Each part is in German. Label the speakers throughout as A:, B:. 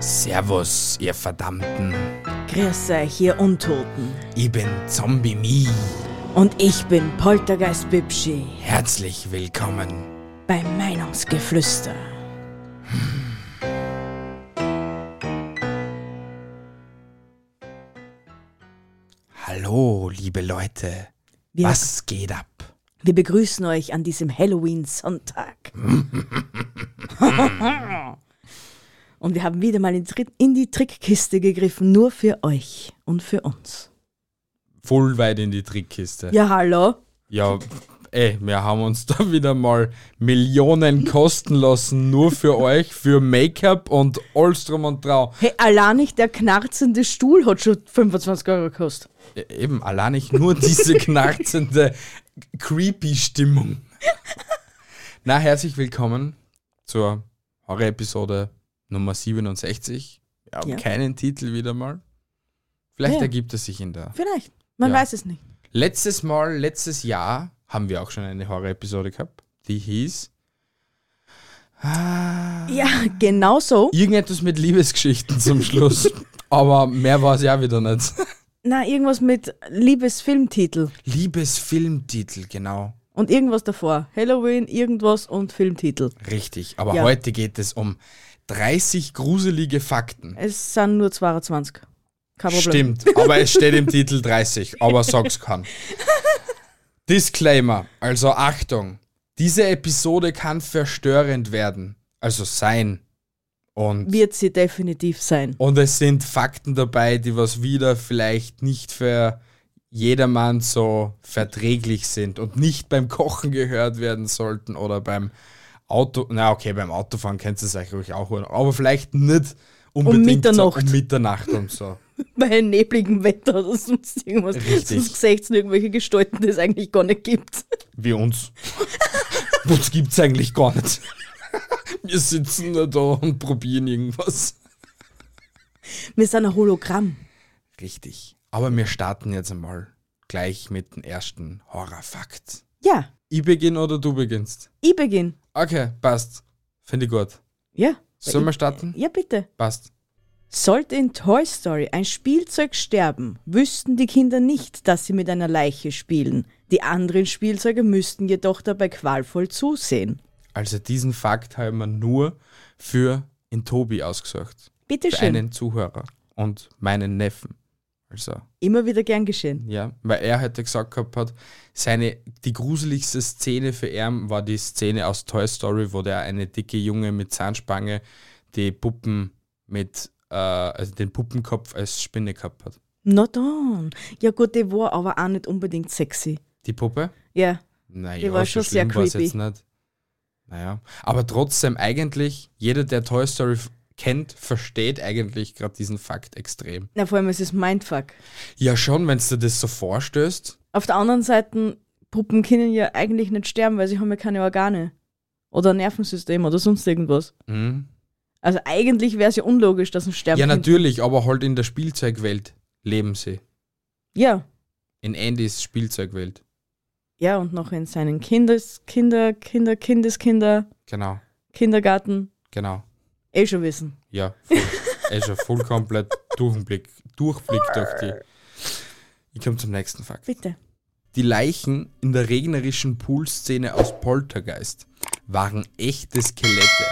A: Servus, ihr Verdammten.
B: Grüß euch, ihr Untoten.
A: Ich bin Zombie Mi.
B: Und ich bin Poltergeist Bibschi
A: Herzlich willkommen.
B: beim Meinungsgeflüster.
A: Hallo, liebe Leute.
B: Wir,
A: Was geht ab?
B: wir begrüßen euch an diesem Halloween-Sonntag. Und wir haben wieder mal in, Tri- in die Trickkiste gegriffen, nur für euch und für uns.
C: voll weit in die Trickkiste.
B: Ja, hallo.
C: Ja, ey, wir haben uns da wieder mal Millionen kosten lassen, nur für euch, für Make-up und alles drum und drau.
B: Hey, allein nicht der knarzende Stuhl hat schon 25 Euro gekostet.
C: E- Eben, allein nicht nur diese knarzende, creepy Stimmung. Na, herzlich willkommen zur Horror-Episode Nummer 67. Wir haben
B: Ja.
C: keinen Titel wieder mal. Vielleicht
B: Ja.
C: ergibt es sich in der
B: Vielleicht. Man
C: Ja.
B: weiß es nicht.
C: Letztes Mal, letztes Jahr haben wir auch schon eine Horror-Episode gehabt, die hieß Ah,
B: Ja, genau so.
C: irgendetwas mit Liebesgeschichten zum Schluss. Aber mehr war es ja wieder nicht.
B: Na, irgendwas mit Liebesfilmtitel.
C: Liebesfilmtitel, genau.
B: Und irgendwas davor. Halloween, irgendwas und Filmtitel.
C: Richtig. Aber
B: Ja.
C: heute geht es um 30 gruselige Fakten.
B: Es sind nur 22. Äh, Kein Problem.
C: Stimmt, aber es steht im Titel 30, aber sag's kann. Disclaimer, also Achtung. Diese Episode kann verstörend werden, also sein. Und
B: Wird sie definitiv sein.
C: Und es sind Fakten dabei, die was wieder vielleicht nicht für jedermann so verträglich sind und nicht beim Kochen gehört werden sollten oder beim Auto. Na, okay, beim Autofahren könnt ihr es euch ruhig auch hören, aber vielleicht nicht unbedingt
B: Mitternacht.
C: So, um Mitternacht und so.
B: Bei nebligem Wetter oder sonst irgendwas.
C: Richtig.
B: Sonst seht ihr irgendwelche Gestalten, die es eigentlich gar nicht gibt.
C: Wie uns. uns gibt's eigentlich gar nicht. Wir sitzen nur da und probieren irgendwas.
B: Wir sind ein Hologramm.
C: Richtig. Aber wir starten jetzt einmal gleich mit dem ersten Horrorfakt.
B: Ja,
C: Ich beginne oder du beginnst?
B: ich beginn.
C: Okay, passt. Finde ich gut.
B: Ja.
C: Sollen wir starten?
B: Ja, bitte.
C: Passt.
B: Sollte in Toy Story ein Spielzeug sterben, wüssten die Kinder nicht, dass sie mit einer Leiche spielen. Die anderen Spielzeuge müssten jedoch dabei qualvoll zusehen.
C: Also diesen Fakt haben wir nur für in Tobi ausgesucht. Für
B: Bitteschön.
C: einen Zuhörer und meinen Neffen. Also,
B: Immer wieder gern geschehen.
C: ja, weil er heute gesagt gehabt hat, seine, die gruseligste Szene für ihn war die Szene aus Toy Story, wo der eine dicke Junge mit Zahnspange die Puppen mit, äh, also den Puppenkopf als Spinne gehabt hat.
B: Na dann. Ja gut, die war aber auch nicht unbedingt sexy.
C: Die Puppe?
B: Ja,
C: Naja,
B: Die war
C: so
B: schon sehr
C: schlimm war's
B: creepy.
C: Jetzt nicht. Naja, aber trotzdem eigentlich, jeder, der Toy Story f- kennt, versteht eigentlich gerade diesen Fakt extrem.
B: na vor allem es ist Mindfuck.
C: Ja schon, wenn du dir das so vorstößt.
B: Auf der anderen Seite, Puppen können ja eigentlich nicht sterben, weil sie haben ja keine Organe. Oder Nervensystem oder sonst irgendwas.
C: Mhm.
B: Also eigentlich wäre es ja unlogisch, dass ein Sterben.
C: Ja natürlich, aber halt in der Spielzeugwelt leben sie.
B: Ja,
C: In Andys Spielzeugwelt.
B: ja, und noch in seinen Kindes, Kinder, Kinder, Kindeskinder,
C: Genau,
B: Kindergarten,
C: genau.
B: eh schon wissen.
C: Ja, voll. also voll komplett Durchblick, Durchblick durch die. Ich komme zum nächsten Fakt.
B: Bitte.
C: Die Leichen in der regnerischen Poolszene aus Poltergeist waren echte Skelette.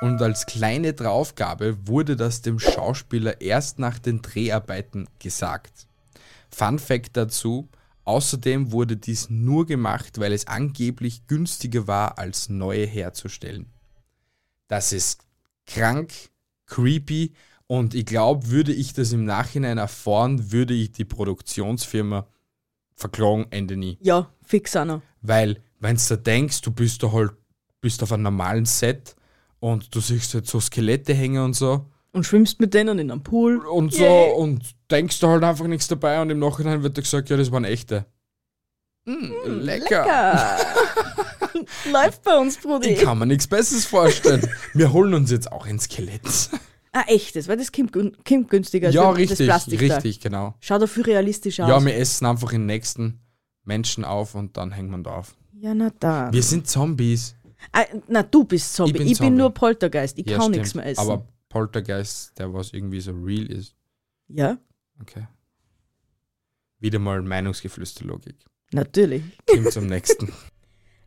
C: Und als kleine Draufgabe wurde das dem Schauspieler erst nach den Dreharbeiten gesagt. Fun Fact dazu: Außerdem wurde dies nur gemacht, weil es angeblich günstiger war, als neue herzustellen. Das ist krank, creepy und ich glaube, würde ich das im Nachhinein erfahren, würde ich die Produktionsfirma verklagen Ende nie.
B: Ja, fix auch noch.
C: Weil, wenn du denkst, du bist da halt bist auf einem normalen Set Und du siehst halt so Skelette hängen und so.
B: Und schwimmst mit denen in einem Pool.
C: Und so, und denkst du halt einfach nichts dabei und im Nachhinein wird dir gesagt, ja, das waren echte.
B: Hm,
C: Mm, lecker.
B: Läuft bei uns, Brudi.
C: Ich kann mir nichts Besseres vorstellen. Wir holen uns jetzt auch ein Skelett.
B: Ah, echtes, weil das kommt, gün- kommt günstiger als
C: ja,
B: das
C: richtig,
B: Plastik da. also
C: richtig, genau.
B: Schaut dafür realistisch aus.
C: Ja, wir essen einfach den nächsten Menschen auf und dann hängen wir da auf.
B: Ja, na da.
C: Wir sind Zombies.
B: Ah, na, du bist Zombie. Ich
C: bin
B: bin,
C: Zombie.
B: nur Poltergeist. Ich
C: Ja,
B: kann
C: stimmt.
B: nichts mehr essen.
C: Aber Poltergeist, der was irgendwie so real ist.
B: ja,
C: Okay. Wieder mal Meinungsgeflüsterlogik.
B: natürlich.
C: Kim zum nächsten.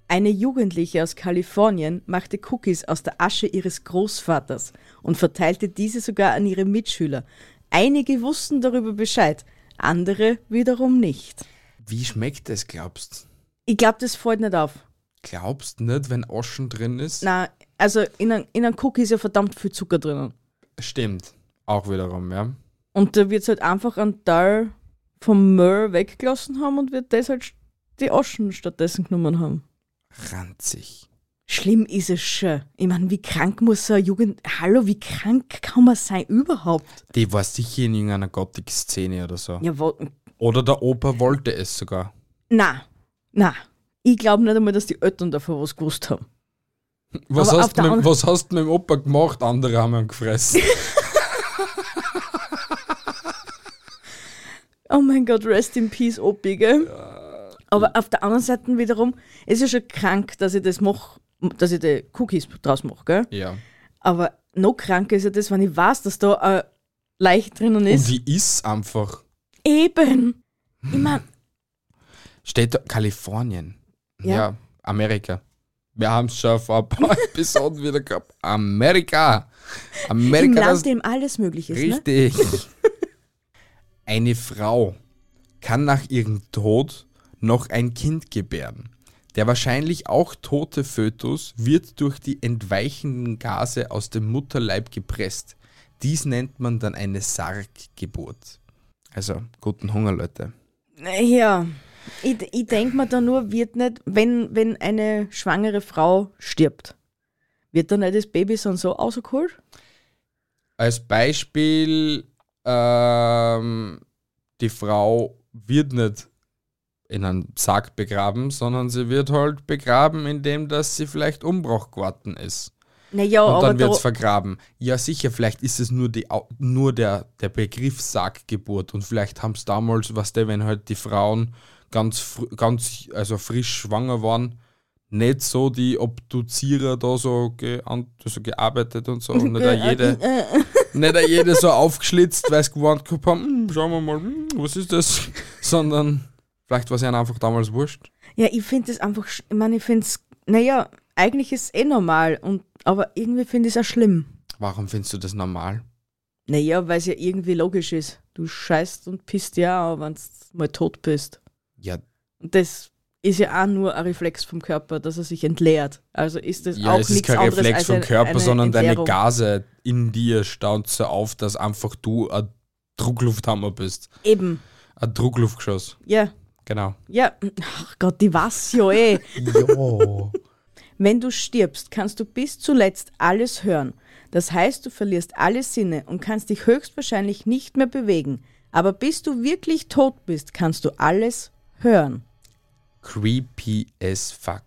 B: Eine Jugendliche aus Kalifornien machte Cookies aus der Asche ihres Großvaters und verteilte diese sogar an ihre Mitschüler. Einige wussten darüber Bescheid, andere wiederum nicht.
C: Wie schmeckt es, glaubst
B: Ich glaube, das fällt nicht auf.
C: Glaubst nicht, wenn Oschen drin ist?
B: Na, also in einem in ein Cookie ist ja verdammt viel Zucker drinnen.
C: Stimmt. Auch wiederum, ja.
B: Und da wird halt einfach einen Teil vom Möhr weggelassen haben und wird das halt st- die Aschen stattdessen genommen haben.
C: Ranzig.
B: Schlimm ist es schon. Ich meine, wie krank muss so eine Jugend. Hallo, wie krank kann man sein überhaupt?
C: Die war sicher in irgendeiner Gothic-Szene oder so.
B: Ja, wo,
C: Oder der Opa wollte es sogar.
B: na, na. Ich glaube nicht einmal, dass die Eltern davon was gewusst haben.
C: Was
B: Aber auf
C: hast, du
B: der
C: mit,
B: anderen-
C: was hast du mit dem Opa gemacht? Andere haben ihn gefressen.
B: Oh mein Gott, rest in peace, Opi, gell? Aber auf der anderen Seite wiederum, es ist ja schon krank, dass ich das mache, dass ich die Cookies draus mache, gell?
C: ja.
B: Aber noch kranker ist ja das, wenn ich weiß, dass da ein Leicht drinnen
C: Und
B: ist.
C: die ist einfach.
B: Eben. Ich meine,
C: Steht da Kalifornien. Ja.
B: Ja.
C: Amerika. Wir haben es schon vor ein paar Episoden wieder gehabt. Amerika.
B: im
C: Amerika, das
B: Land, dem alles möglich ist, ne?
C: Richtig. Eine Frau kann nach ihrem Tod noch ein Kind gebären. Der wahrscheinlich auch tote Fötus wird durch die entweichenden Gase aus dem Mutterleib gepresst. Dies nennt man dann eine Sarggeburt. Also, guten Hunger, Leute.
B: Ja. Ich, ich denke mir da nur, wird nicht, wenn, wenn eine schwangere Frau stirbt, wird dann nicht das Baby dann so rausgeholt?
C: Als Beispiel, ähm, die Frau wird nicht in einen Sarg begraben, sondern sie wird halt begraben, indem dass sie vielleicht Umbruch geworden ist.
B: Naja,
C: Und
B: Oh, aber
C: dann wird
B: da,
C: es vergraben. Ja, sicher, vielleicht ist es nur, die, Au- nur der, der Begriff Sarggeburt und vielleicht haben es damals, was der, wenn halt die Frauen ganz, fr- ganz also frisch schwanger waren, nicht so die Obduzierer da so, gean- so gearbeitet und so. Und nicht auch jede,
B: Äh,
C: nicht auch jede so aufgeschlitzt, weil sie gewarnt gehabt haben, "Hm, schauen wir mal, hm, was ist das? Sondern vielleicht war es ihnen einfach damals wurscht.
B: ja, ich finde das einfach, sch- ich meine, ich finde es, naja, eigentlich ist es eh normal, und, aber irgendwie finde ich es auch schlimm.
C: Warum findest du das normal?
B: Naja, weil es ja irgendwie logisch ist. Du scheißt und pisst ja auch, wenn du mal tot bist.
C: Ja,
B: Und das ist ja auch nur ein Reflex vom Körper, dass er sich entleert. Also ist das
C: Ja,
B: auch
C: es ist
B: nichts
C: kein
B: anderes
C: Reflex
B: als
C: vom
B: eine-
C: Körper,
B: eine
C: sondern deine
B: Entleerung.
C: Gase in dir staunt so auf, dass einfach du ein Drucklufthammer bist.
B: Eben,
C: Ein Druckluftgeschoss.
B: ja,
C: Genau.
B: ja. Ach Gott, die was ja eh.
C: Jo.
B: Wenn du stirbst, kannst du bis zuletzt alles hören. Das heißt, du verlierst alle Sinne und kannst dich höchstwahrscheinlich nicht mehr bewegen. Aber bis du wirklich tot bist, kannst du alles hören.
C: Creepy as fuck.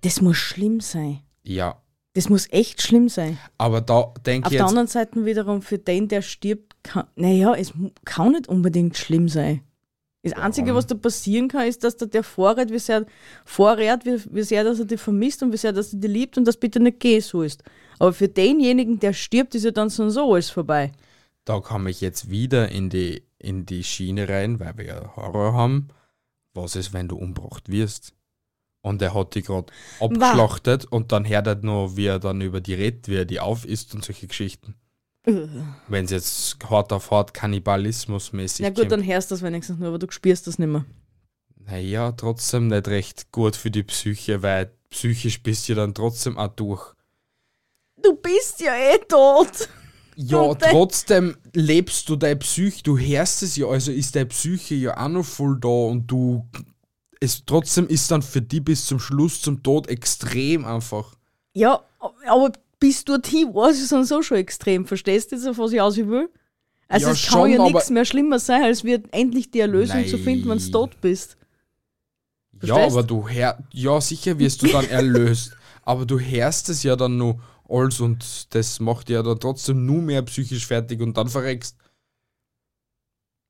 B: Das muss schlimm sein.
C: Ja.
B: Das muss echt schlimm sein.
C: Aber da denke
B: Auf
C: ich
B: der
C: jetzt,
B: anderen Seite wiederum, für den, der stirbt, kann, naja, es mu- kann nicht unbedingt schlimm sein. Das Einzige, was da passieren kann, ist, dass da der vorrät, wie sehr, vorrät, wie, wie sehr, dass er dich vermisst und wie sehr, dass er dich liebt und dass bitte nicht gehen sollst. Aber für denjenigen, der stirbt, ist ja dann so und so alles vorbei.
C: da komme ich jetzt wieder in die, in die Schiene rein, weil wir ja Horror haben. Was ist, wenn du umbracht wirst? Und er hat die gerade abgeschlachtet und dann hört er nur, wie er dann über die redet, wie er die auf isst und solche Geschichten. Wenn es jetzt hart auf hart Kannibalismus-mäßig
B: Na gut, dann hörst du das wenigstens nur, aber du spürst das nicht mehr.
C: Naja, trotzdem nicht recht gut für die Psyche, weil psychisch bist du dann trotzdem auch durch.
B: Du bist ja eh tot.
C: Ja,
B: Und dann-
C: trotzdem lebst du dein Psyche, du hörst es ja, also ist deine Psyche ja auch noch voll da und du. Es trotzdem ist dann für die bis zum Schluss, zum Tod extrem einfach.
B: Ja, aber bis dorthin war es dann so schon extrem. Verstehst du jetzt, auf was ich aus will? Also
C: Ja,
B: es kann
C: schon,
B: ja
C: aber-
B: nichts mehr schlimmer sein, als wir endlich die Erlösung zu finden, wenn du
C: Nein.
B: tot bist.
C: Ja,
B: Verstehst?
C: aber du hör, ja, sicher wirst du dann erlöst. aber du hörst es ja dann nur alles und das macht dich ja dann trotzdem nur mehr psychisch fertig und dann verreckst.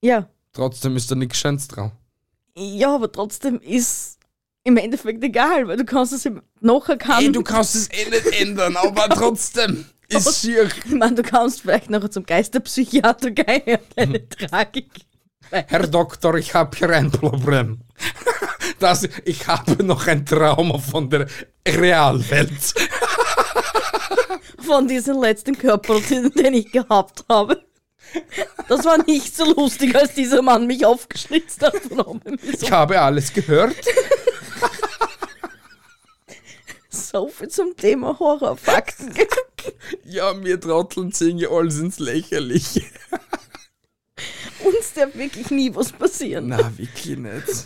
B: Ja.
C: Trotzdem ist da nichts Schönes dran.
B: Ja, aber trotzdem ist im Endeffekt egal, weil du kannst es im nachher kann.
C: Ey, du kannst es eh nicht ändern, aber trotzdem ist schier.
B: ich meine, du kannst vielleicht nachher zum Geisterpsychiater gehen, ja,
C: Hm.
B: keine Tragik.
C: Herr Doktor, ich habe hier ein Problem. Das, ich habe noch ein Trauma von der Realwelt.
B: Von diesem letzten Körper, den, den ich gehabt habe. Das war nicht so lustig, als dieser Mann mich aufgeschlitzt hat und oben
C: Ich habe alles gehört.
B: So viel zum Thema Horrorfakten.
C: Ja, wir Trotteln ziehen ja alles ins Lächerliche.
B: Uns darf wirklich nie was passieren.
C: Na, wirklich nicht.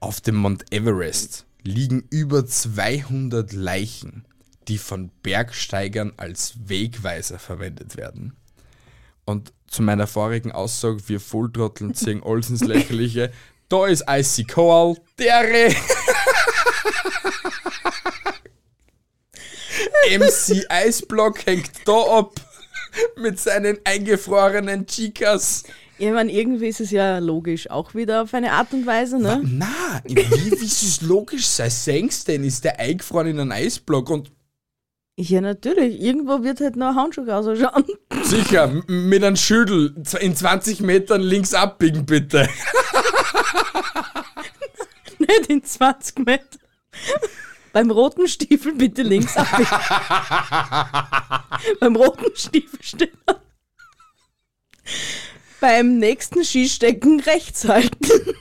C: Auf dem Mount Everest liegen über 200 Leichen, die von Bergsteigern als Wegweiser verwendet werden. Und zu meiner vorigen Aussage, wir Volltrotteln ziehen alles ins Lächerliche, da ist Icy Coal, dere! MC Eisblock hängt da ab mit seinen eingefrorenen Chicas.
B: Ja, ich meine, irgendwie ist es ja logisch, auch wieder auf eine Art und Weise, ne?
C: Na, wie, wie ist es logisch sein? Sengst denn ist der eingefroren in einen Eisblock und
B: Ja, natürlich. Irgendwo wird halt noch ein Handschuh ausschauen.
C: sicher m- mit einem Schüdel z- in 20 Metern links abbiegen, bitte.
B: Nicht in 20 Meter. Beim roten Stiefel bitte links ab. Beim roten Stiefel stehen. Beim nächsten Skistecken rechts halten.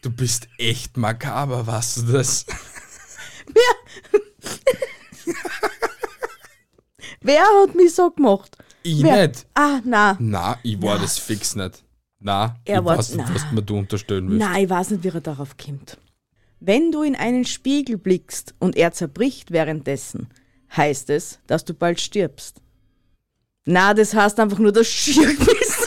C: Du bist echt makaber, warst du das?
B: Wer hat mich so gemacht?
C: Ich
B: Wer?
C: nicht.
B: Ah, na.
C: Na, ich war das fix nicht. Na,
B: Er
C: ich
B: war-
C: weiß nicht,
B: na.
C: was mir du unterstellen willst.
B: Nein, ich weiß nicht, wie er darauf kommt. Wenn du in einen Spiegel blickst und er zerbricht währenddessen, heißt es, dass du bald stirbst. Na, das heißt einfach nur, dass du schier bist.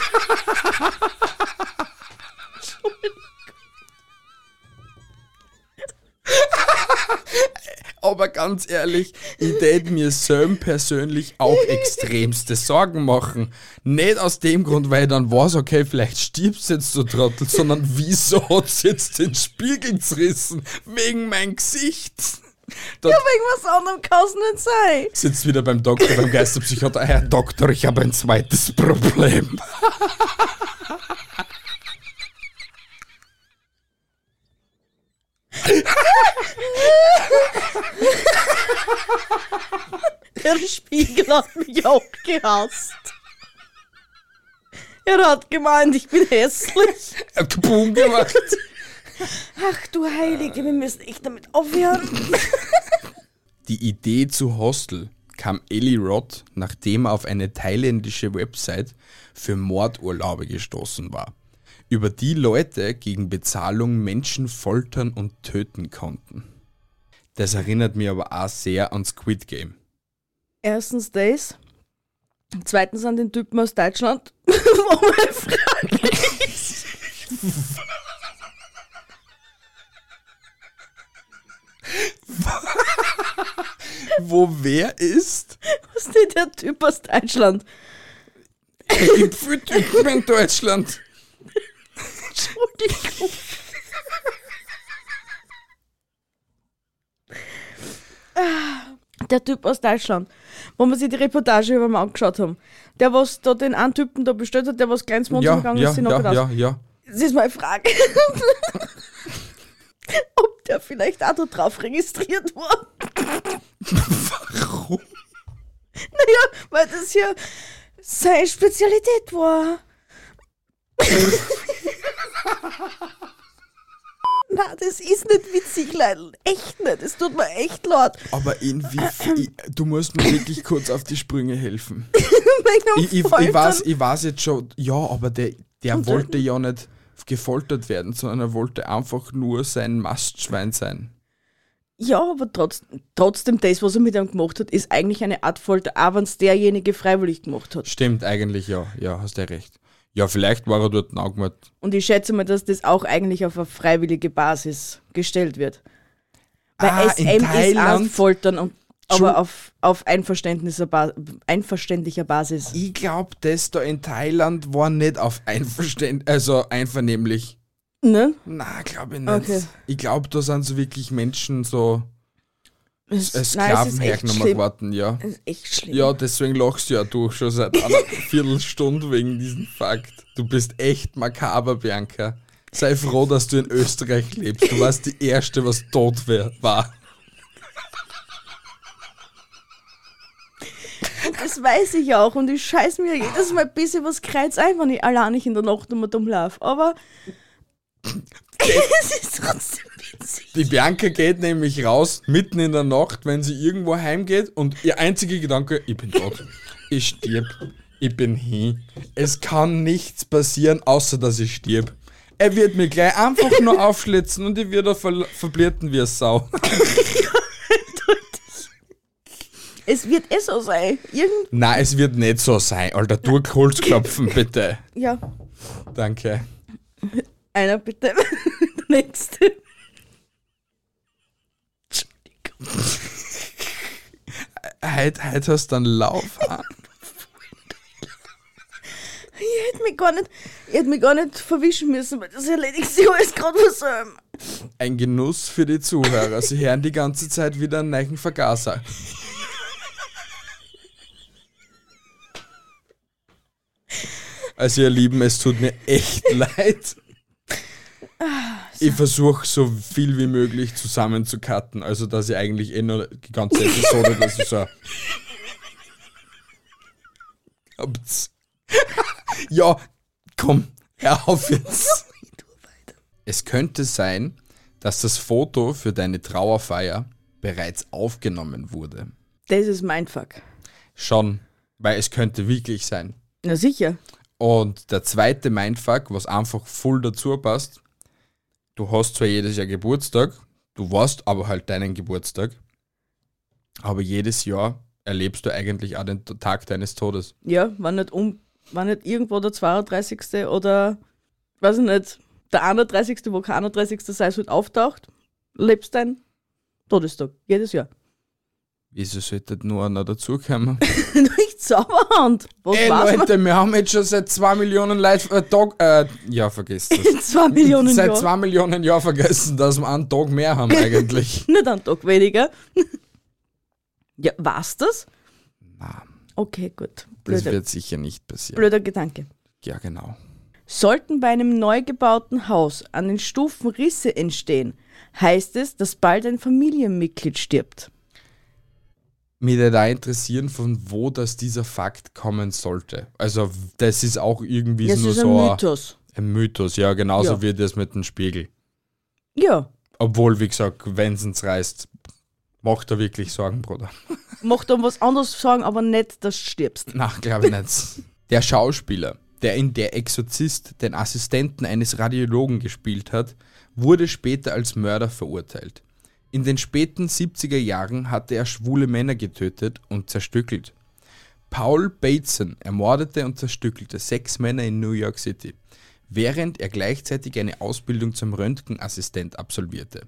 C: Aber ganz ehrlich, ich tät mir selbst persönlich auch extremste Sorgen machen. Nicht aus dem Grund, weil ich dann weiß, okay, vielleicht stirbst jetzt du Trottel, sondern wieso hat's jetzt den Spiegel zerrissen? Wegen mein Gesicht. Da
B: Irgendwas anderem kann es nicht sein.
C: sitzt wieder beim Doktor, beim Geisterpsychiater. Herr Doktor, ich habe ein zweites Problem.
B: Der Spiegel hat mich auch gehasst. Er hat gemeint, ich bin hässlich.
C: Er hat Boom gemacht.
B: Ach du Heilige, wir müssen echt damit aufhören.
C: Die Idee zu Hostel kam Eli Roth, nachdem er auf eine thailändische Website für Mordurlaube gestoßen war, über die Leute gegen Bezahlung Menschen foltern und töten konnten. Das erinnert mich aber auch sehr an Squid Game.
B: Erstens das. Zweitens an den Typen aus Deutschland. Wo meine Frage ist.
C: Wo wer ist?
B: Was ist denn der Typ aus Deutschland?
C: Es gibt viele Typen in Deutschland.
B: Entschuldigung. Der Typ aus Deutschland, wo wir sich die Reportage über ihn angeschaut haben. Der, was da den einen Typen da bestellt hat, der was kleins Monster
C: Ja,
B: gegangen
C: ja,
B: ist, den hat
C: ja,
B: er
C: ja, ja.
B: Das ist meine Frage. Ob der vielleicht auch da drauf registriert war?
C: Warum?
B: Naja, weil das ja seine Spezialität war. Na, das ist nicht witzig, Leidl. Echt nicht. Es tut mir echt leid.
C: Aber inwiefern? Du musst mir wirklich kurz auf die Sprünge helfen.
B: genau
C: ich, ich, ich, weiß, ich weiß jetzt schon, ja, aber der, der wollte ja nicht gefoltert werden, sondern er wollte einfach nur sein Mastschwein sein.
B: Ja, aber trotz, trotzdem, das, was er mit ihm gemacht hat, ist eigentlich eine Art Folter, auch wenn es derjenige freiwillig gemacht hat.
C: Stimmt, eigentlich ja. Ja, hast du recht. Ja, vielleicht war er dort angemeldet.
B: Und ich schätze mal, dass das auch eigentlich auf eine freiwillige Basis gestellt wird. Weil
C: Ah,
B: SM
C: in
B: ist auch
C: Thailand?
B: Foltern, und,
C: Entschuld-
B: aber auf, auf einverständlicher Ba- einverständlicher Basis.
C: Ich glaube, das da in Thailand war nicht auf Einverständ also einvernehmlich.
B: Ne?
C: Na, glaube ich nicht.
B: Okay.
C: Ich glaube, da sind so wirklich Menschen so
B: Es,
C: als
B: nein, es
C: Sklaven
B: ist echt
C: hergenommen
B: schlimm.
C: geworden, ja.
B: Es ist echt schlimm.
C: Ja, deswegen lachst du ja du schon seit einer Viertelstunde wegen diesem Fakt. Du bist echt makaber, Bianca. Sei froh, dass du in Österreich lebst. Du warst die Erste, was tot wär, war.
B: Das weiß ich auch und ich scheiß mir jedes Mal ein bisschen was kreuz ein, wenn ich allein nicht in der Nacht immer dumm laufe. Aber es ist trotzdem witzig.
C: Die Bianca geht nämlich raus, mitten in der Nacht, wenn sie irgendwo heimgeht und ihr einziger Gedanke, ich bin tot, ich stirb, ich bin hin. Es kann nichts passieren, außer dass ich stirb. Er wird mir gleich einfach nur aufschlitzen und ich werde ver verblirten wie eine Sau.
B: Es wird eh so sein. Irgend
C: Na, es wird nicht so sein. Alter, du Holz klopfen, bitte.
B: ja,
C: Danke.
B: einer bitte. Der Nächste.
C: Heute, heute hast du einen Lauf. ha?
B: Ich hätte mich gar nicht, ich hätte mich gar nicht verwischen müssen, weil das erledigt sich alles gerade von selber.
C: Ein Genuss für die Zuhörer. Sie hören die ganze Zeit wieder einen neuen Vergaser. Also ihr Lieben, es tut mir echt leid. Ich versuche so viel wie möglich zusammen zu cutten, also dass ich eigentlich eh nur die ganze Episode, dass ich so. Ups. Ja, komm, hör auf jetzt. Es könnte sein, dass das Foto für deine Trauerfeier bereits aufgenommen wurde.
B: Das ist mein Fuck.
C: Schon, weil es könnte wirklich sein.
B: Na sicher.
C: Und der zweite Mindfuck, was einfach voll dazu passt, du hast zwar jedes Jahr Geburtstag, du warst aber halt deinen Geburtstag, aber jedes Jahr erlebst du eigentlich auch den Tag deines Todes.
B: Ja, wenn nicht, um, wenn nicht irgendwo der 32. oder, weiß ich nicht, der 31., wo kein 31. sei, wird auftaucht, lebst dein Todestag. Jedes Jahr.
C: Wieso sollte nur einer dazukommen?
B: Nicht Zauberhand. Was
C: Ey
B: weiß
C: Leute, wir haben jetzt schon seit 2 Millionen Leute... Äh, Tag, äh, ja, vergiss das.
B: man? Zwei Millionen
C: Seit
B: Jahre.
C: zwei Millionen Jahren vergessen, dass wir einen Tag mehr haben eigentlich.
B: Nicht einen Tag weniger. ja, war's das?
C: Na,
B: Okay, gut.
C: das
B: Blöder,
C: wird sicher nicht passieren.
B: blöder Gedanke.
C: Ja, genau.
B: Sollten bei einem neu gebauten Haus an den Stufen Risse entstehen, heißt es, dass bald ein Familienmitglied stirbt.
C: Mich würde da interessieren, von wo das dieser Fakt kommen sollte. Also das ist auch irgendwie
B: Das
C: nur
B: ist
C: so
B: ein Mythos.
C: ein Mythos. Ja, genauso
B: Ja.
C: wie das mit dem Spiegel.
B: Ja.
C: Obwohl, wie gesagt, wenn es uns reißt, macht er wirklich Sorgen, Bruder.
B: mach dann was anderes sagen, aber nicht, dass du stirbst.
C: Na, glaube ich nicht. Der Schauspieler, der in Der Exorzist den Assistenten eines Radiologen gespielt hat, wurde später als Mörder verurteilt. In den späten 70er Jahren hatte er schwule Männer getötet und zerstückelt. Paul Bateson ermordete und zerstückelte sechs Männer in New York City, während er gleichzeitig eine Ausbildung zum Röntgenassistent absolvierte,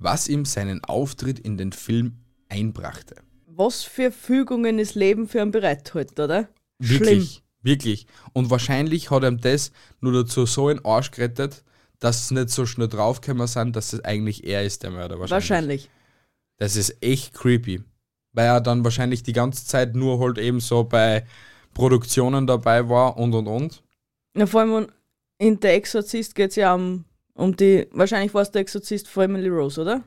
C: was ihm seinen Auftritt in den Film einbrachte.
B: Was für Fügungen das Leben für einen bereithält, oder?
C: Wirklich, wirklich. Und wahrscheinlich hat ihm das nur dazu so in Arsch gerettet, dass sie nicht so schnell draufgekommen sind, dass es eigentlich er ist, der Mörder. Wahrscheinlich.
B: Wahrscheinlich.
C: Das ist echt creepy. Weil er dann wahrscheinlich die ganze Zeit nur halt eben so bei Produktionen dabei war und und und.
B: Na, vor allem in Der Exorzist geht es ja um, um die, wahrscheinlich war es der Exorzist vor Emily Rose, oder?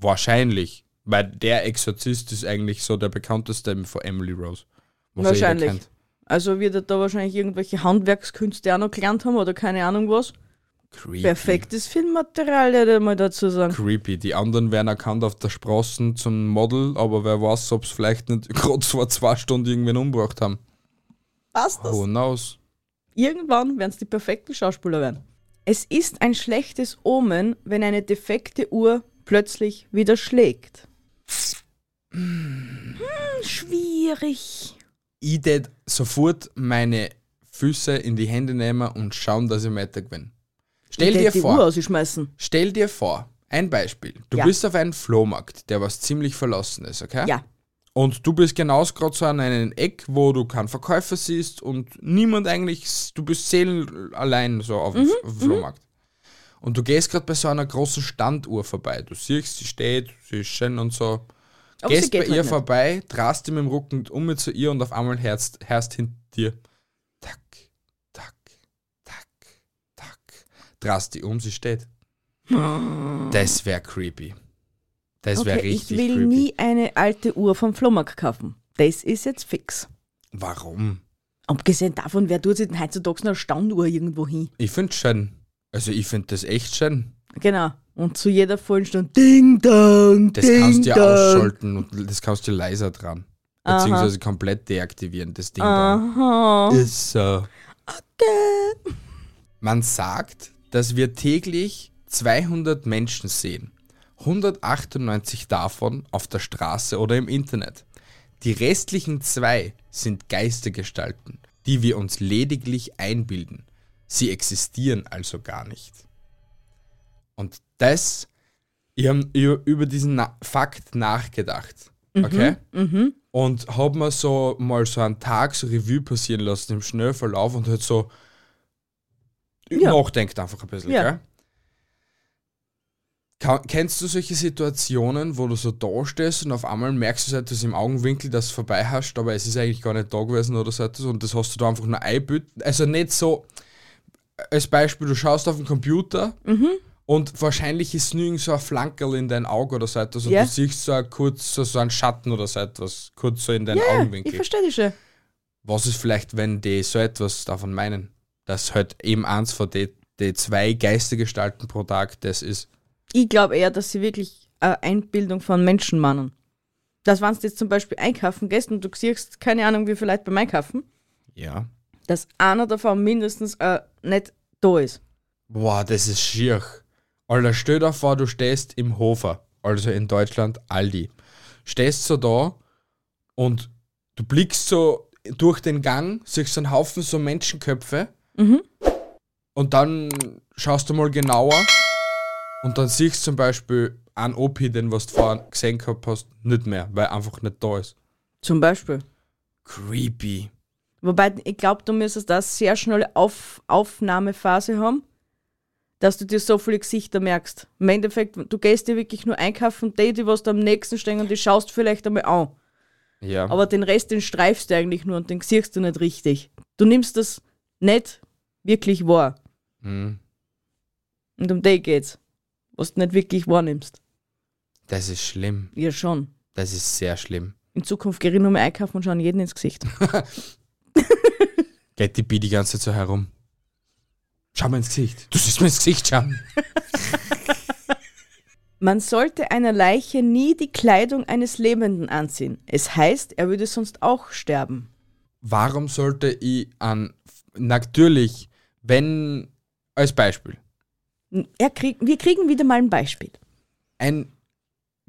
C: Wahrscheinlich. Weil der Exorzist ist eigentlich so der bekannteste von Emily Rose. was jeder
B: Wahrscheinlich.
C: kennt.
B: Also wird er da wahrscheinlich irgendwelche Handwerkskünste auch noch gelernt haben oder keine Ahnung was.
C: Creepy.
B: Perfektes Filmmaterial, hätte ich mal dazu sagen.
C: Creepy. Die anderen werden erkannt auf der Straße zum Model, aber wer weiß, ob sie vielleicht nicht gerade vor zwei Stunden irgendwen umgebracht haben.
B: Passt das?
C: Who knows?
B: Irgendwann werden es die perfekten Schauspieler werden. Es ist ein schlechtes Omen, wenn eine defekte Uhr plötzlich wieder schlägt. Hm, schwierig.
C: Ich tät sofort meine Füße in die Hände nehmen und schauen, dass ich weiter bin. Stell
B: Ich
C: dir
B: werd die Uhr
C: vor,
B: ausschmeißen.
C: stell dir vor, ein Beispiel. Du
B: Ja.
C: bist auf einem Flohmarkt, der was ziemlich verlassen ist, okay?
B: Ja.
C: Und du bist genauso gerade so an einem Eck, wo du keinen Verkäufer siehst und niemand eigentlich, s- du bist seelenallein so auf dem
B: Mhm,
C: F- auf dem Flohmarkt. Und du gehst gerade bei so einer großen Standuhr vorbei. Du siehst, sie steht, sie ist schön und so.
B: Aber sie
C: gehst
B: geht
C: bei
B: halt
C: ihr
B: nicht.
C: vorbei, drast dir mit dem Rücken um mit zu ihr und auf einmal herzt, herzt hinter dir. Tack, tack, tack, tack. Drast die um, sie steht. Das wäre creepy. Das wäre
B: Okay, ich
C: richtig
B: will
C: creepy.
B: nie eine alte Uhr vom Flohmarkt kaufen. Das ist jetzt fix.
C: Warum?
B: Abgesehen davon, wer tut sich denn heutzutage eine Standuhr irgendwo hin?
C: Ich finde schön. Also ich finde das echt schön.
B: Genau. Und zu jeder vollen Stunde Ding Dong,
C: Das
B: Ding
C: kannst du ja
B: Dong.
C: ausschalten und das kannst du leiser dran. Beziehungsweise komplett deaktivieren, das Ding da.
B: Aha.
C: Ist so.
B: Okay.
C: Man sagt, dass wir täglich 200 Menschen sehen. 198 davon auf der Straße oder im Internet. Die restlichen zwei sind Geistergestalten, die wir uns lediglich einbilden. Sie existieren also gar nicht. Und das, ich habe über diesen Na Fakt nachgedacht. Okay? Und habe mir so mal so einen Tag so Revue passieren lassen im Schnellverlauf und halt so
B: Ja.
C: nachdenkt einfach ein bisschen.
B: Ja.
C: Gell? Ka- Kennst du solche Situationen, wo du so da stehst und auf einmal merkst du so etwas im Augenwinkel, das du vorbei hast, aber es ist eigentlich gar nicht da gewesen oder so etwas und das hast du da einfach nur einbüten? Also nicht so, als Beispiel, du schaust auf den Computer
B: Mhm.
C: und wahrscheinlich ist nirgends so ein Flankerl in dein Auge oder so etwas und
B: Ja.
C: du siehst so ein kurz so, so einen Schatten oder so etwas, kurz so in deinen
B: Ja, ich
C: Augenwinkel.
B: verstehe dich schon.
C: Was ist vielleicht, wenn die so etwas davon meinen, dass halt eben eins von den die zwei Geistergestalten pro Tag das ist?
B: Ich glaube eher, dass sie wirklich eine Einbildung von Menschen machen. Dass wenn du jetzt zum Beispiel einkaufen gehst und du siehst, keine Ahnung, wie viele Leute beim Einkaufen,
C: Ja.
B: dass einer davon mindestens äh, nicht da ist.
C: Boah, das ist schier. Alter, stell dir vor, du stehst im Hofer, also in Deutschland Aldi. Stehst so da und du blickst so durch den Gang, siehst so einen Haufen so Menschenköpfe und dann schaust du mal genauer und dann siehst zum Beispiel einen OP, den was du vorher gesehen gehabt hast, nicht mehr, weil er einfach nicht da ist.
B: Zum Beispiel.
C: Creepy.
B: Wobei, ich glaube, du müsstest da sehr schnelle Auf Aufnahmephase haben, dass du dir so viele Gesichter merkst. Im Endeffekt, du gehst dir wirklich nur einkaufen, die, die was da am nächsten stehen und die schaust vielleicht einmal an.
C: Ja.
B: Aber den Rest, den streifst du eigentlich nur und den siehst du nicht richtig. Du nimmst das nicht wirklich wahr.
C: Mhm.
B: Und um den geht's. Was du nicht wirklich wahrnimmst.
C: das ist schlimm.
B: Ja, schon.
C: Das ist sehr schlimm.
B: In Zukunft gehe ich nur mehr einkaufen und schauen jeden ins Gesicht.
C: Geht die Bi die ganze Zeit so herum. Schau mir ins Gesicht. Du siehst mir ins Gesicht schauen.
B: Man sollte einer Leiche nie die Kleidung eines Lebenden anziehen. Es heißt, er würde sonst auch sterben.
C: Warum sollte ich an. Natürlich, wenn. Als Beispiel.
B: Er krieg, wir kriegen wieder mal ein Beispiel.
C: Ein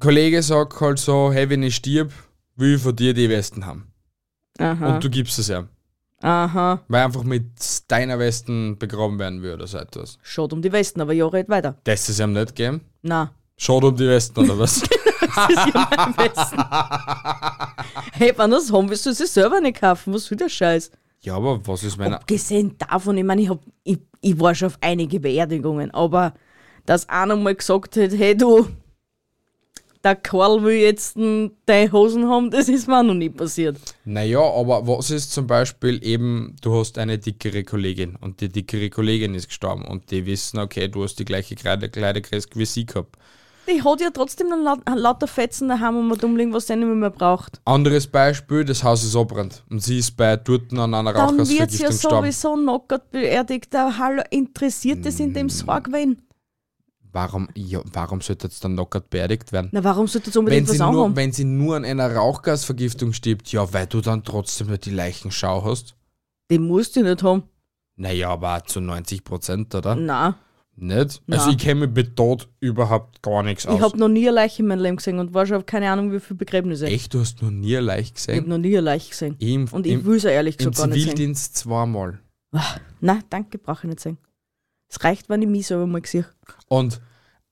C: Kollege sagt halt so: Hey, wenn ich stirb, will ich von dir die Westen haben.
B: Aha.
C: Und du gibst es ja.
B: Aha.
C: Weil einfach mit deiner Westen begraben werden würde oder so etwas.
B: Schaut um die Westen, aber ja, red weiter.
C: Das ist ihm nicht geben.
B: Na,
C: Schaut um die Westen oder was?
B: das ist ja mein Westen. hey, wenn das haben willst, sollst du es selber nicht kaufen. Was soll der Scheiß?
C: ja, aber was ist meine.
B: Abgesehen davon, ich meine, ich, hab, ich, ich war schon auf einige Beerdigungen, aber dass einer mal gesagt hat, hey du, der Karl will jetzt n deine Hosen haben, das ist mir auch noch nie passiert.
C: Naja, aber was ist zum Beispiel eben, du hast eine dickere Kollegin und die dickere Kollegin ist gestorben und die wissen, okay, du hast die gleiche Kreide- Kleiderkreis wie sie gehabt.
B: Die hat ja trotzdem noch laut, lauter Fetzen daheim, wo man dumm liegen, was sie nicht mehr braucht.
C: Anderes Beispiel, das Haus ist abbrannt und sie ist bei Turten an einer
B: Dann wird sie
C: Rauchgasvergiftung
B: ja
C: gestorben.
B: sowieso knockert beerdigt. Der Hallo interessiert es in
C: Mm.
B: dem Sorg, wenn.
C: Warum, ja, warum sollte jetzt dann lockert beerdigt werden?
B: Na, warum sollte das
C: Wenn
B: unbedingt
C: sie,
B: was auch
C: nur,
B: haben?
C: wenn sie nur an einer Rauchgasvergiftung stirbt, ja, weil du dann trotzdem nicht die Leichenschau hast.
B: Den musst du nicht haben.
C: Naja, aber zu 90 Prozent, oder?
B: Na,
C: Nicht? Also
B: Nein.
C: ich kenne mich mit Tod überhaupt gar nichts aus.
B: Ich habe noch nie eine Leiche in meinem Leben gesehen und war schon auf keine Ahnung, wie viele Begräbnisse.
C: Echt, du hast noch nie eine Leiche
B: Ich habe
C: gesehen?
B: noch nie eine Leiche gesehen.
C: Im,
B: und ich
C: im,
B: will es ehrlich
C: im
B: gesagt gar nicht sehen.
C: Zivildienst zweimal.
B: Nein, danke, brauche ich nicht sehen. Es reicht, wenn ich mich selber mal gesehen
C: Und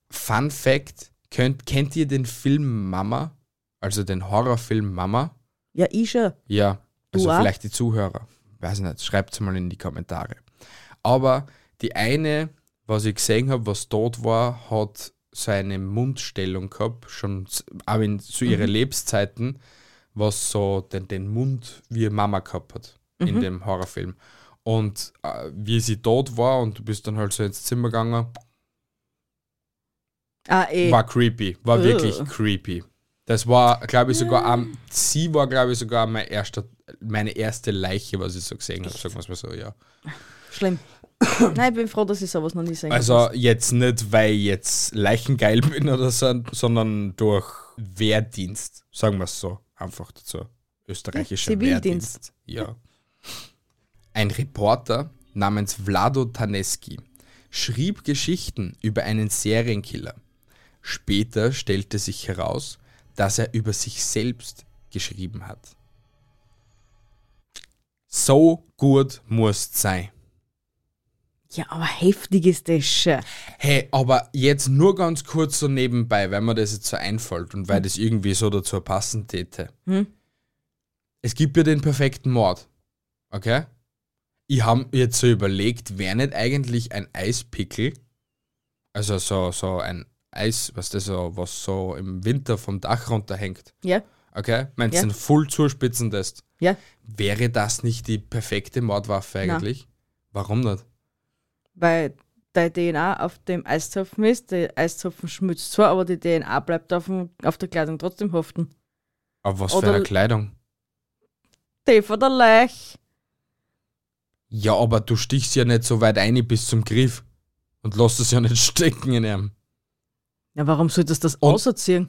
C: Fun Fact, könnt, kennt ihr den Film Mama? Also den Horrorfilm Mama?
B: Ja, ich schon.
C: Ja,
B: Du
C: also
B: auch?
C: vielleicht die Zuhörer. Weiß nicht, schreibt es mal in die Kommentare. Aber die eine, was ich gesehen habe, was tot war, hat seine Mundstellung gehabt, schon z- auch in, zu
B: Mhm.
C: ihren Lebenszeiten, was so den, den Mund wie Mama gehabt hat
B: Mhm.
C: in dem Horrorfilm. Und äh, wie sie tot war und du bist dann halt so ins Zimmer gegangen,
B: Ah, eh.
C: war creepy, war
B: Ugh.
C: wirklich creepy. Das war, glaube ich, sogar am, sie war, glaube ich, sogar mein erster, meine erste Leiche, was ich so gesehen habe, sagen wir es mal so, ja.
B: Schlimm. Nein, ich bin froh, dass ich sowas noch nie sehen
C: Also jetzt nicht, weil ich jetzt leichengeil bin oder so, sondern durch Wehrdienst, sagen wir es so, einfach dazu. Österreichischer
B: Ja, Zivildienst.
C: Wehrdienst. Ja. Ein Reporter namens Vlado Taneski schrieb Geschichten über einen Serienkiller. Später stellte sich heraus, dass er über sich selbst geschrieben hat. So gut muss sein.
B: Ja, aber heftig ist das schon.
C: Hey, aber jetzt nur ganz kurz so nebenbei, weil mir das jetzt so einfällt und
B: Mhm.
C: weil das irgendwie so dazu passen täte.
B: Hm?
C: Es gibt ja den perfekten Mord. Okay? Ich habe jetzt so überlegt, wäre nicht eigentlich ein Eispickel, also so, so ein Eis, was das so, was so im Winter vom Dach runterhängt.
B: Ja,
C: Okay? Wenn du
B: Ja.
C: den voll zuspitzen lässt,
B: ja.
C: wäre das nicht die perfekte Mordwaffe
B: Na.
C: eigentlich? Warum nicht?
B: Weil deine DNA auf dem Eiszapfen ist, der Eiszapfen schmutzt zwar, aber die DNA bleibt auf, dem, auf der Kleidung trotzdem haften.
C: Auf was
B: Oder-
C: für eine Kleidung?
B: Die von der Leich.
C: Ja, aber du stichst ja nicht so weit ein bis zum Griff und lässt es ja nicht stecken in ihm.
B: Ja, warum solltest du das
C: Und-
B: auserziehen?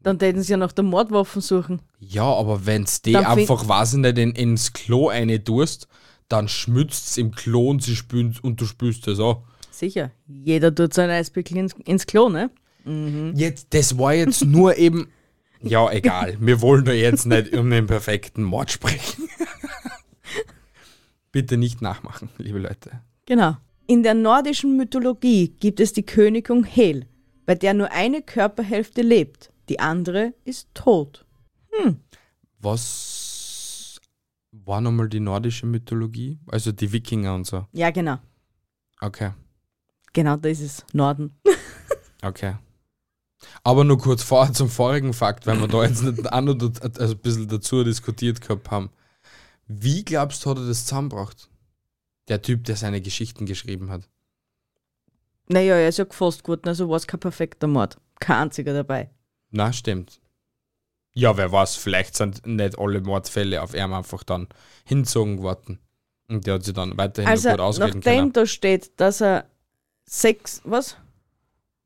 B: Dann täten sie ja nach der Mordwaffen suchen.
C: Ja, aber wenn's die
B: Dann fin-
C: einfach, weiß ich nicht, in, ins Klo eine tust, dann schmützt im Klo und, sie spült, und du spülst es auch.
B: Sicher. Jeder tut seinen Eispickel ins, ins Klo, ne?
C: Jetzt, das war jetzt nur eben. Ja, egal. Wir wollen doch jetzt nicht um den perfekten Mord sprechen. Bitte nicht nachmachen, liebe Leute.
B: Genau. In der nordischen Mythologie gibt es die Königung Hel, bei der nur eine Körperhälfte lebt, die andere ist tot.
C: Was war nochmal die nordische Mythologie? Also die Wikinger und so.
B: Ja, genau.
C: Okay.
B: Genau, da ist es. Norden.
C: Okay. Aber nur kurz vor zum vorigen Fakt, weil wir da jetzt nicht auch noch daz- also ein bisschen dazu diskutiert gehabt haben. Wie glaubst du, hat er das zusammengebracht? Der Typ, der seine Geschichten geschrieben hat.
B: Naja, er ist ja gefasst geworden, also war es kein perfekter Mord. Kein einziger dabei.
C: Na, stimmt. Ja, wer weiß, vielleicht sind nicht alle Mordfälle auf ihm einfach dann hinzogen worden. Und der hat sich dann weiterhin
B: also,
C: noch gut ausreden
B: nachdem
C: können.
B: da steht, dass er sechs, was?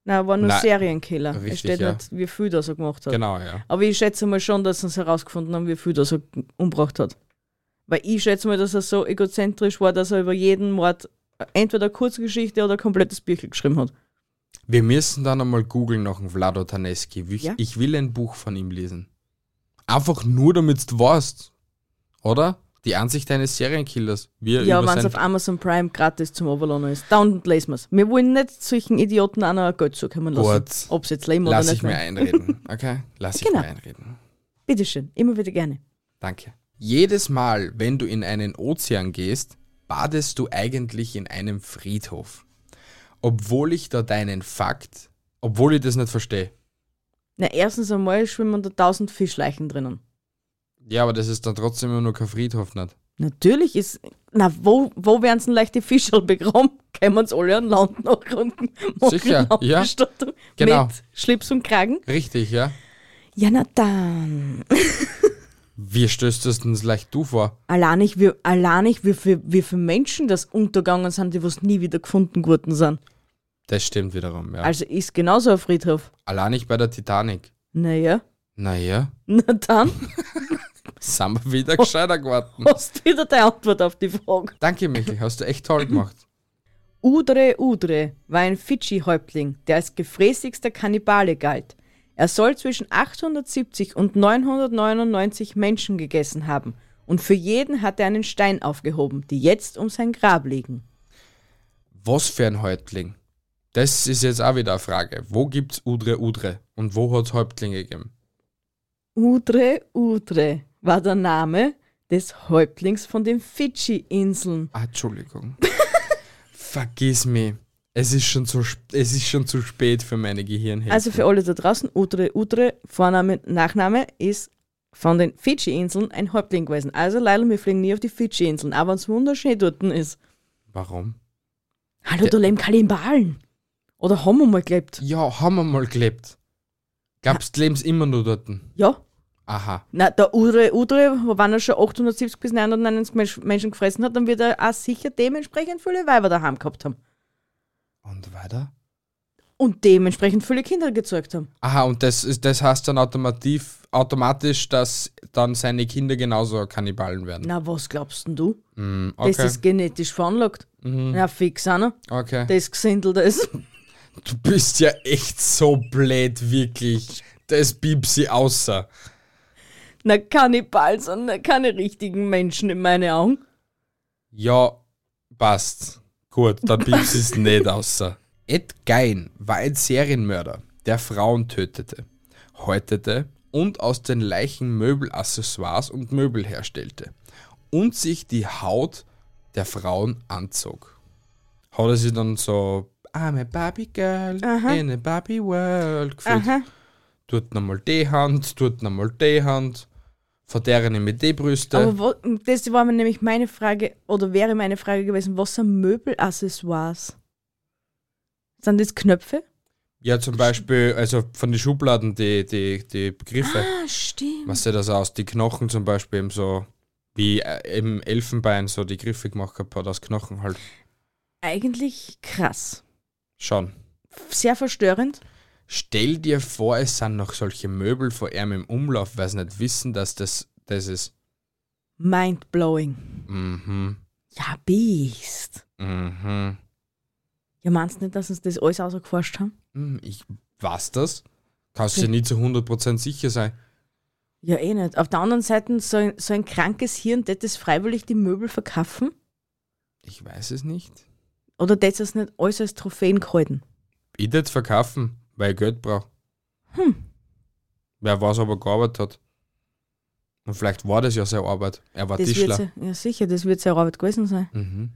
B: Nein, er war nur
C: Nein.
B: Serienkiller.
C: Richtig,
B: es steht
C: ja.
B: nicht, wie viel das er gemacht hat.
C: Genau, ja.
B: Aber ich schätze mal schon, dass sie es herausgefunden haben, wie viel das er umgebracht hat. Weil ich schätze mal, dass er so egozentrisch war, dass er über jeden Mord entweder eine Kurzgeschichte oder ein komplettes Büchel geschrieben hat.
C: Wir müssen dann einmal googeln nach dem Vlado Taneski. Ich,
B: Ja.
C: ich will ein Buch von ihm lesen. Einfach nur, damit du weißt. Oder? Die Ansicht eines Serienkillers. Wie er
B: Ja,
C: über
B: wenn es
C: sein,
B: auf Amazon Prime gratis zum Overladen ist. Dann lesen wir es. Wir wollen nicht solchen Idioten auch noch ein Geld zukommen lassen.
C: Gut.
B: Ob sie jetzt leben oder
C: Lass
B: nicht.
C: ich mir
B: nein.
C: einreden. Okay? Lass ich
B: Genau.
C: mir einreden.
B: Bitteschön, immer wieder gerne.
C: Danke. Jedes Mal, wenn du in einen Ozean gehst, badest du eigentlich in einem Friedhof. Obwohl ich da deinen Fakt, obwohl ich das nicht verstehe.
B: Na, erstens einmal schwimmen da tausend Fischleichen drinnen.
C: Ja, aber das ist dann trotzdem immer nur kein Friedhof, nicht?
B: Natürlich ist. Na, wo, wo werden denn leichte Fischerl begraben? Können wir uns alle an Land nachrücken? Machen
C: Sicher, ja.
B: Landbestattung
C: Genau.
B: Mit Schlips und Kragen?
C: Richtig, ja?
B: Ja, na dann.
C: Wie stößt es denn leicht du vor?
B: Allein ich, wie, allein ich, wie, viel, wie viele Menschen das untergegangen sind, die was nie wieder gefunden wurden sind.
C: Das stimmt wiederum, ja.
B: Also ist genauso ein Friedhof.
C: Allein nicht bei der Titanic.
B: Naja,
C: Naja,
B: na dann
C: sind wir wieder gescheiter geworden.
B: hast du wieder die Antwort auf die Frage.
C: Danke, Michael, hast du echt toll gemacht.
B: Udre Udre war ein Fidschi-Häuptling, der als gefräßigster Kannibale galt. Er soll zwischen 870 und 999 Menschen gegessen haben und für jeden hat er einen Stein aufgehoben, die jetzt um sein Grab liegen.
C: Was für ein Häuptling? Das ist jetzt auch wieder eine Frage. Wo gibt's Udre Udre und wo hat's Häuptlinge gegeben?
B: Udre Udre war der Name des Häuptlings von den Fidschi-Inseln.
C: Ah, Entschuldigung. Vergiss mich. Es ist schon zu, sp- es ist schon zu spät für meine Gehirnhälfte.
B: Also für alle da draußen, Udre Udre, Vorname, Nachname ist von den Fidschi-Inseln ein Häuptling gewesen. Also leider, wir fliegen nie auf die Fidschi-Inseln, aber wenn's wunderschön dort ist.
C: Warum?
B: Hallo, da leben Kannibalen. Oder haben wir mal gelebt?
C: Ja, haben wir mal gelebt. Gab's die Lebens immer nur dort?
B: Ja.
C: Aha.
B: Na, der Udre Udre, wenn er schon 870 bis 999 Mensch- Menschen gefressen hat, dann wird er auch sicher dementsprechend viele Weiber daheim gehabt haben.
C: Und weiter?
B: Und dementsprechend viele Kinder gezeugt haben.
C: Aha, und das, ist, das heißt dann automativ, automatisch, dass dann seine Kinder genauso Kannibalen werden.
B: Na, was glaubst denn du?
C: Mm,
B: Das
C: okay,
B: ist genetisch veranlagt. Na, fix, einer.
C: okay.
B: Das Gesindel, das.
C: Du bist ja echt so blöd, wirklich. Das Bipsi außer.
B: Na, Kannibalen sind keine richtigen Menschen in meinen Augen.
C: Ja, passt. Gut, dann piepst es nicht außer. Ed Gein war ein Serienmörder, der Frauen tötete, häutete und aus den Leichen Möbelaccessoires und Möbel herstellte und sich die Haut der Frauen anzog. Hat er sie dann so I'm a Barbie Girl in a Barbie World gefühlt.
B: Aha.
C: Tut nochmal die Hand, tut nochmal die Hand, verderen ihm mit die Brüste.
B: Aber wo, das war mir nämlich meine Frage, oder wäre meine Frage gewesen, was sind Möbelaccessoires? Sind das Knöpfe?
C: Ja, zum Beispiel, also von den Schubladen, die, die, die Begriffe.
B: Ah, stimmt.
C: Was sieht das aus? Die Knochen zum Beispiel, eben so wie äh, im Elfenbein so die Griffe gemacht gehabt hat, aus Knochen halt.
B: Eigentlich krass.
C: Schauen.
B: Sehr verstörend.
C: Stell dir vor, es sind noch solche Möbel vor ihm im Umlauf, weil sie nicht wissen, dass das das ist.
B: Mindblowing.
C: Mhm.
B: Ja, Biest.
C: Mhm.
B: Ja, meinst du nicht, dass uns das alles ausgeforscht haben?
C: Hm, Ich weiß das. Kannst du dir nie zu 100% sicher sein.
B: Ja, eh nicht. Auf der anderen Seite, so ein, so ein krankes Hirn, das das freiwillig die Möbel verkaufen?
C: Ich weiß es nicht.
B: Oder das es nicht alles als Trophäen gehalten?
C: Ich tät verkaufen, weil ich Geld brauche.
B: Hm.
C: Wer weiß, ob er gearbeitet hat. Und vielleicht war das ja seine Arbeit. Er war
B: Das
C: Tischler.
B: wird's ja, ja, sicher, das wird seine Arbeit gewesen sein.
C: Mhm.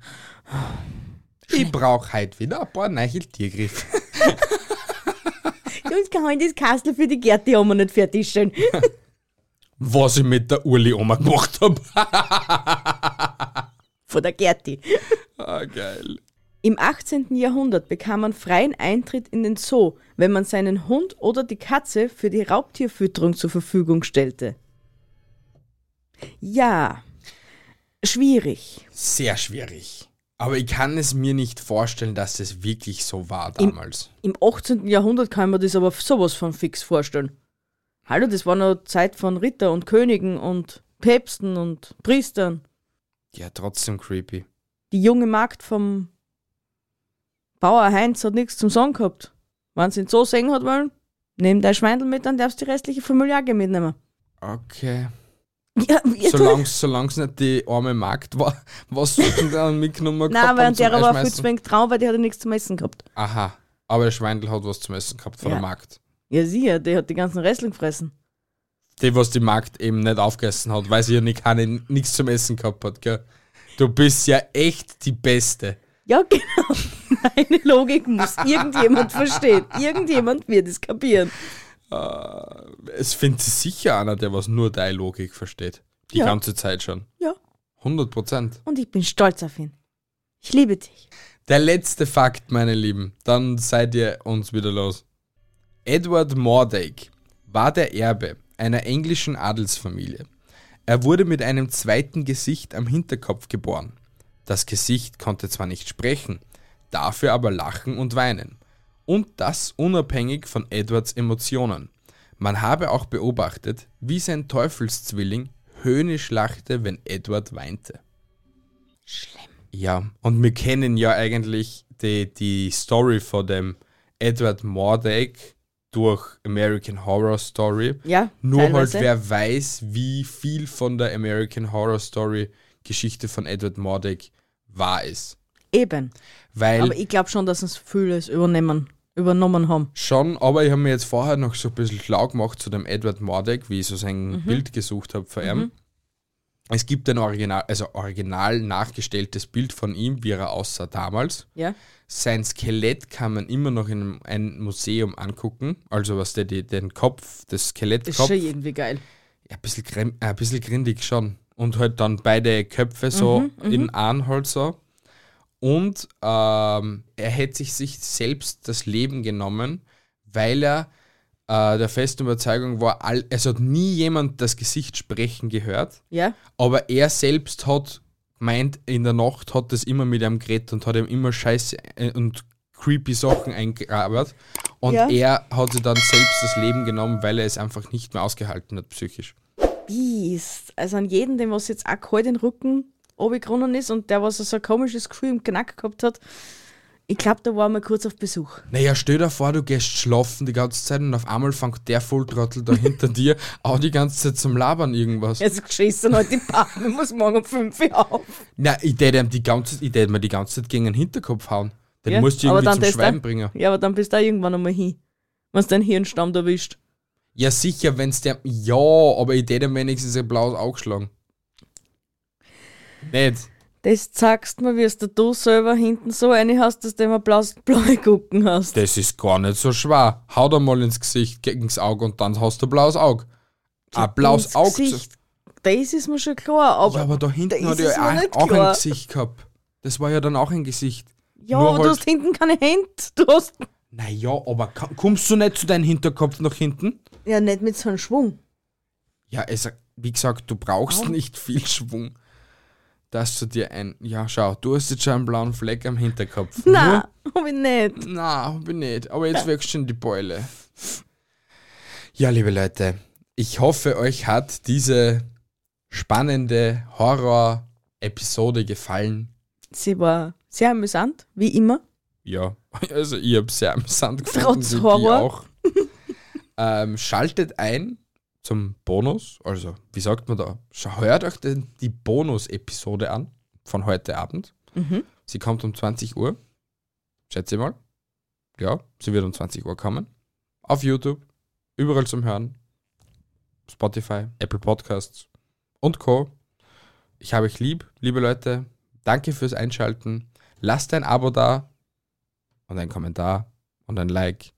C: Ich brauche heute wieder ein paar neue Tiergriffe.
B: Sonst kann ich das Kastel für die Gärte haben wir nicht fertigstellen.
C: Was ich mit der Uli Oma gemacht habe.
B: Von der Gerti.
C: Ah, geil.
B: Im 18. Jahrhundert bekam man freien Eintritt in den Zoo, wenn man seinen Hund oder die Katze für die Raubtierfütterung zur Verfügung stellte. Ja, schwierig.
C: Sehr schwierig. Aber ich kann es mir nicht vorstellen, dass das wirklich so war damals.
B: Im 18. Jahrhundert kann man das aber sowas von fix vorstellen. Hallo, das war noch Zeit von Ritter und Königen und Päpsten und Priestern.
C: ja, trotzdem creepy.
B: die junge Magd vom Bauer Heinz hat nichts zum Sagen gehabt. Wenn sie ihn so sehen hat wollen, nimm dein Schweindel mit, dann darfst du die restliche Familie auch gleich mitnehmen.
C: Okay.
B: Ja, ja,
C: Solange es nicht die arme Magd war, was sollten dann mitgenommen
B: Nein,
C: gehabt
B: weil
C: haben zum
B: der war viel
C: Einschmeißen?
B: zu wenig traurig, weil die hat ja nichts zum Essen gehabt.
C: Aha. Aber der Schweindel hat was zum Essen gehabt von
B: Ja.
C: der Magd.
B: Ja, sicher, die hat die ganzen Restling gefressen.
C: die, was die Magd eben nicht aufgegessen hat, weil sie ja nicht, keine, nichts zum Essen gehabt hat, gell? Du bist ja echt die Beste.
B: Ja, genau. Meine Logik muss irgendjemand verstehen. Irgendjemand wird es kapieren.
C: Es findet sicher einer, der was nur deine Logik versteht. Die
B: Ja.
C: ganze Zeit schon.
B: Ja,
C: 100 Prozent.
B: und ich bin stolz auf ihn. Ich liebe dich.
C: Der letzte Fakt, meine Lieben. Dann seid ihr uns wieder los. Edward Mordake war der Erbe einer englischen Adelsfamilie. Er wurde mit einem zweiten Gesicht am Hinterkopf geboren. Das Gesicht konnte zwar nicht sprechen, dafür aber lachen und weinen. Und das unabhängig von Edwards Emotionen. Man habe auch beobachtet, wie sein Teufelszwilling höhnisch lachte, wenn Edward weinte.
B: Schlimm.
C: Ja, und wir kennen ja eigentlich die, die Story von dem Edward Mordek durch American Horror Story.
B: Ja,
C: Nur
B: teilweise.
C: halt, wer weiß, wie viel von der American Horror Story Geschichte von Edward Mordek wahr ist.
B: Eben.
C: Weil
B: Aber ich glaube schon, dass uns vieles übernehmen, übernommen haben.
C: Schon, aber ich habe mir jetzt vorher noch so ein bisschen schlau gemacht zu dem Edward Mordek, wie ich so sein
B: Mhm.
C: Bild gesucht habe von ihm. Es gibt ein original, also original nachgestelltes Bild von ihm, wie er aussah damals.
B: Ja?
C: Sein Skelett kann man immer noch in einem, einem Museum angucken. Also was der, die- den Kopf, das
B: Das
C: Skelettkopf.
B: ist schon irgendwie geil.
C: Ja, ein bisschen, grim, äh, ein bisschen grindig schon. Und halt dann beide Köpfe so in einen halt so. Und ähm, er hätte sich, sich selbst das Leben genommen, weil er äh, der festen Überzeugung war, all, es hat nie jemand das Gesicht sprechen gehört,
B: Ja?
C: aber er selbst hat meint, in der Nacht hat das immer mit ihm geredet und hat ihm immer Scheiße äh, und creepy Sachen eingearbeitet. Und
B: Ja.
C: er hat sich dann selbst das Leben genommen, weil er es einfach nicht mehr ausgehalten hat, psychisch.
B: Biest. Also an jeden, dem was jetzt auch kalt den Rücken runtergerunnen ist und der, was so ein komisches Gefühl im Knack gehabt hat, ich glaube, da waren wir kurz auf Besuch.
C: Naja, stell dir vor, du gehst schlafen die ganze Zeit und auf einmal fängt der Volltrottel da hinter dir auch die ganze Zeit zum Labern irgendwas.
B: Also geschissen halt die Pappen, ich muss morgen um 5 Uhr auf.
C: Na, ich tät ihm die ganze ich tät mir die ganze Zeit gegen den Hinterkopf hauen. Den
B: Ja,
C: musst du
B: aber
C: irgendwie
B: dann
C: zum
B: das
C: Schweigen
B: dann-
C: bringen.
B: Ja, aber dann bist du auch irgendwann einmal hin, wenn du deinen Hirnstamm da erwischt.
C: Ja, sicher, wenn's der. Ja, aber ich tät ihm wenigstens ein blaues Auge schlagen. Nicht.
B: Das zeigst du mir, wie es da du selber hinten so eine hast, dass du immer blaus blaue Gucken hast.
C: Das ist gar nicht so schwer. Hau dir mal ins Gesicht, gegen's Auge und dann hast du ein blaues Auge. Ein blaues
B: Ins
C: Auge. zu-
B: Gesicht. Das ist mir schon klar, aber
C: Ja, aber da hinten
B: da
C: hat
B: ist es
C: er
B: mir
C: auch,
B: nicht
C: auch ein
B: klar.
C: Gesicht gehabt. Das war ja dann auch ein Gesicht.
B: Ja,
C: Nur
B: aber du
C: halt-
B: hast hinten keine Hände. Du hast.
C: Naja, aber ka- kommst du nicht zu deinem Hinterkopf nach hinten?
B: Ja, nicht mit so einem Schwung.
C: Ja, es, wie gesagt, du brauchst nicht viel Schwung, dass du dir ein. Ja, schau, du hast jetzt schon einen blauen Fleck am Hinterkopf.
B: Nein, hab ich nicht.
C: Nur- Na, hab ich nicht. Aber jetzt wächst schon die Beule. Ja, liebe Leute, ich hoffe, euch hat diese spannende Horror-Episode gefallen.
B: Sie war sehr amüsant, wie immer.
C: Ja, also ich habe sehr amüsant gefunden.
B: Trotz
C: wie die
B: Horror.
C: Auch. ähm, schaltet ein zum Bonus, also wie sagt man da? Scha- Hört euch denn die Bonus-Episode an von heute Abend.
B: Mhm.
C: Sie kommt um 20 Uhr, schätze ich mal. Ja, sie wird um 20 Uhr kommen. Auf YouTube, überall zum Hören. Spotify, Apple Podcasts und Co. Ich habe euch lieb, liebe Leute. Danke fürs Einschalten. Lasst ein Abo da und ein Kommentar und ein Like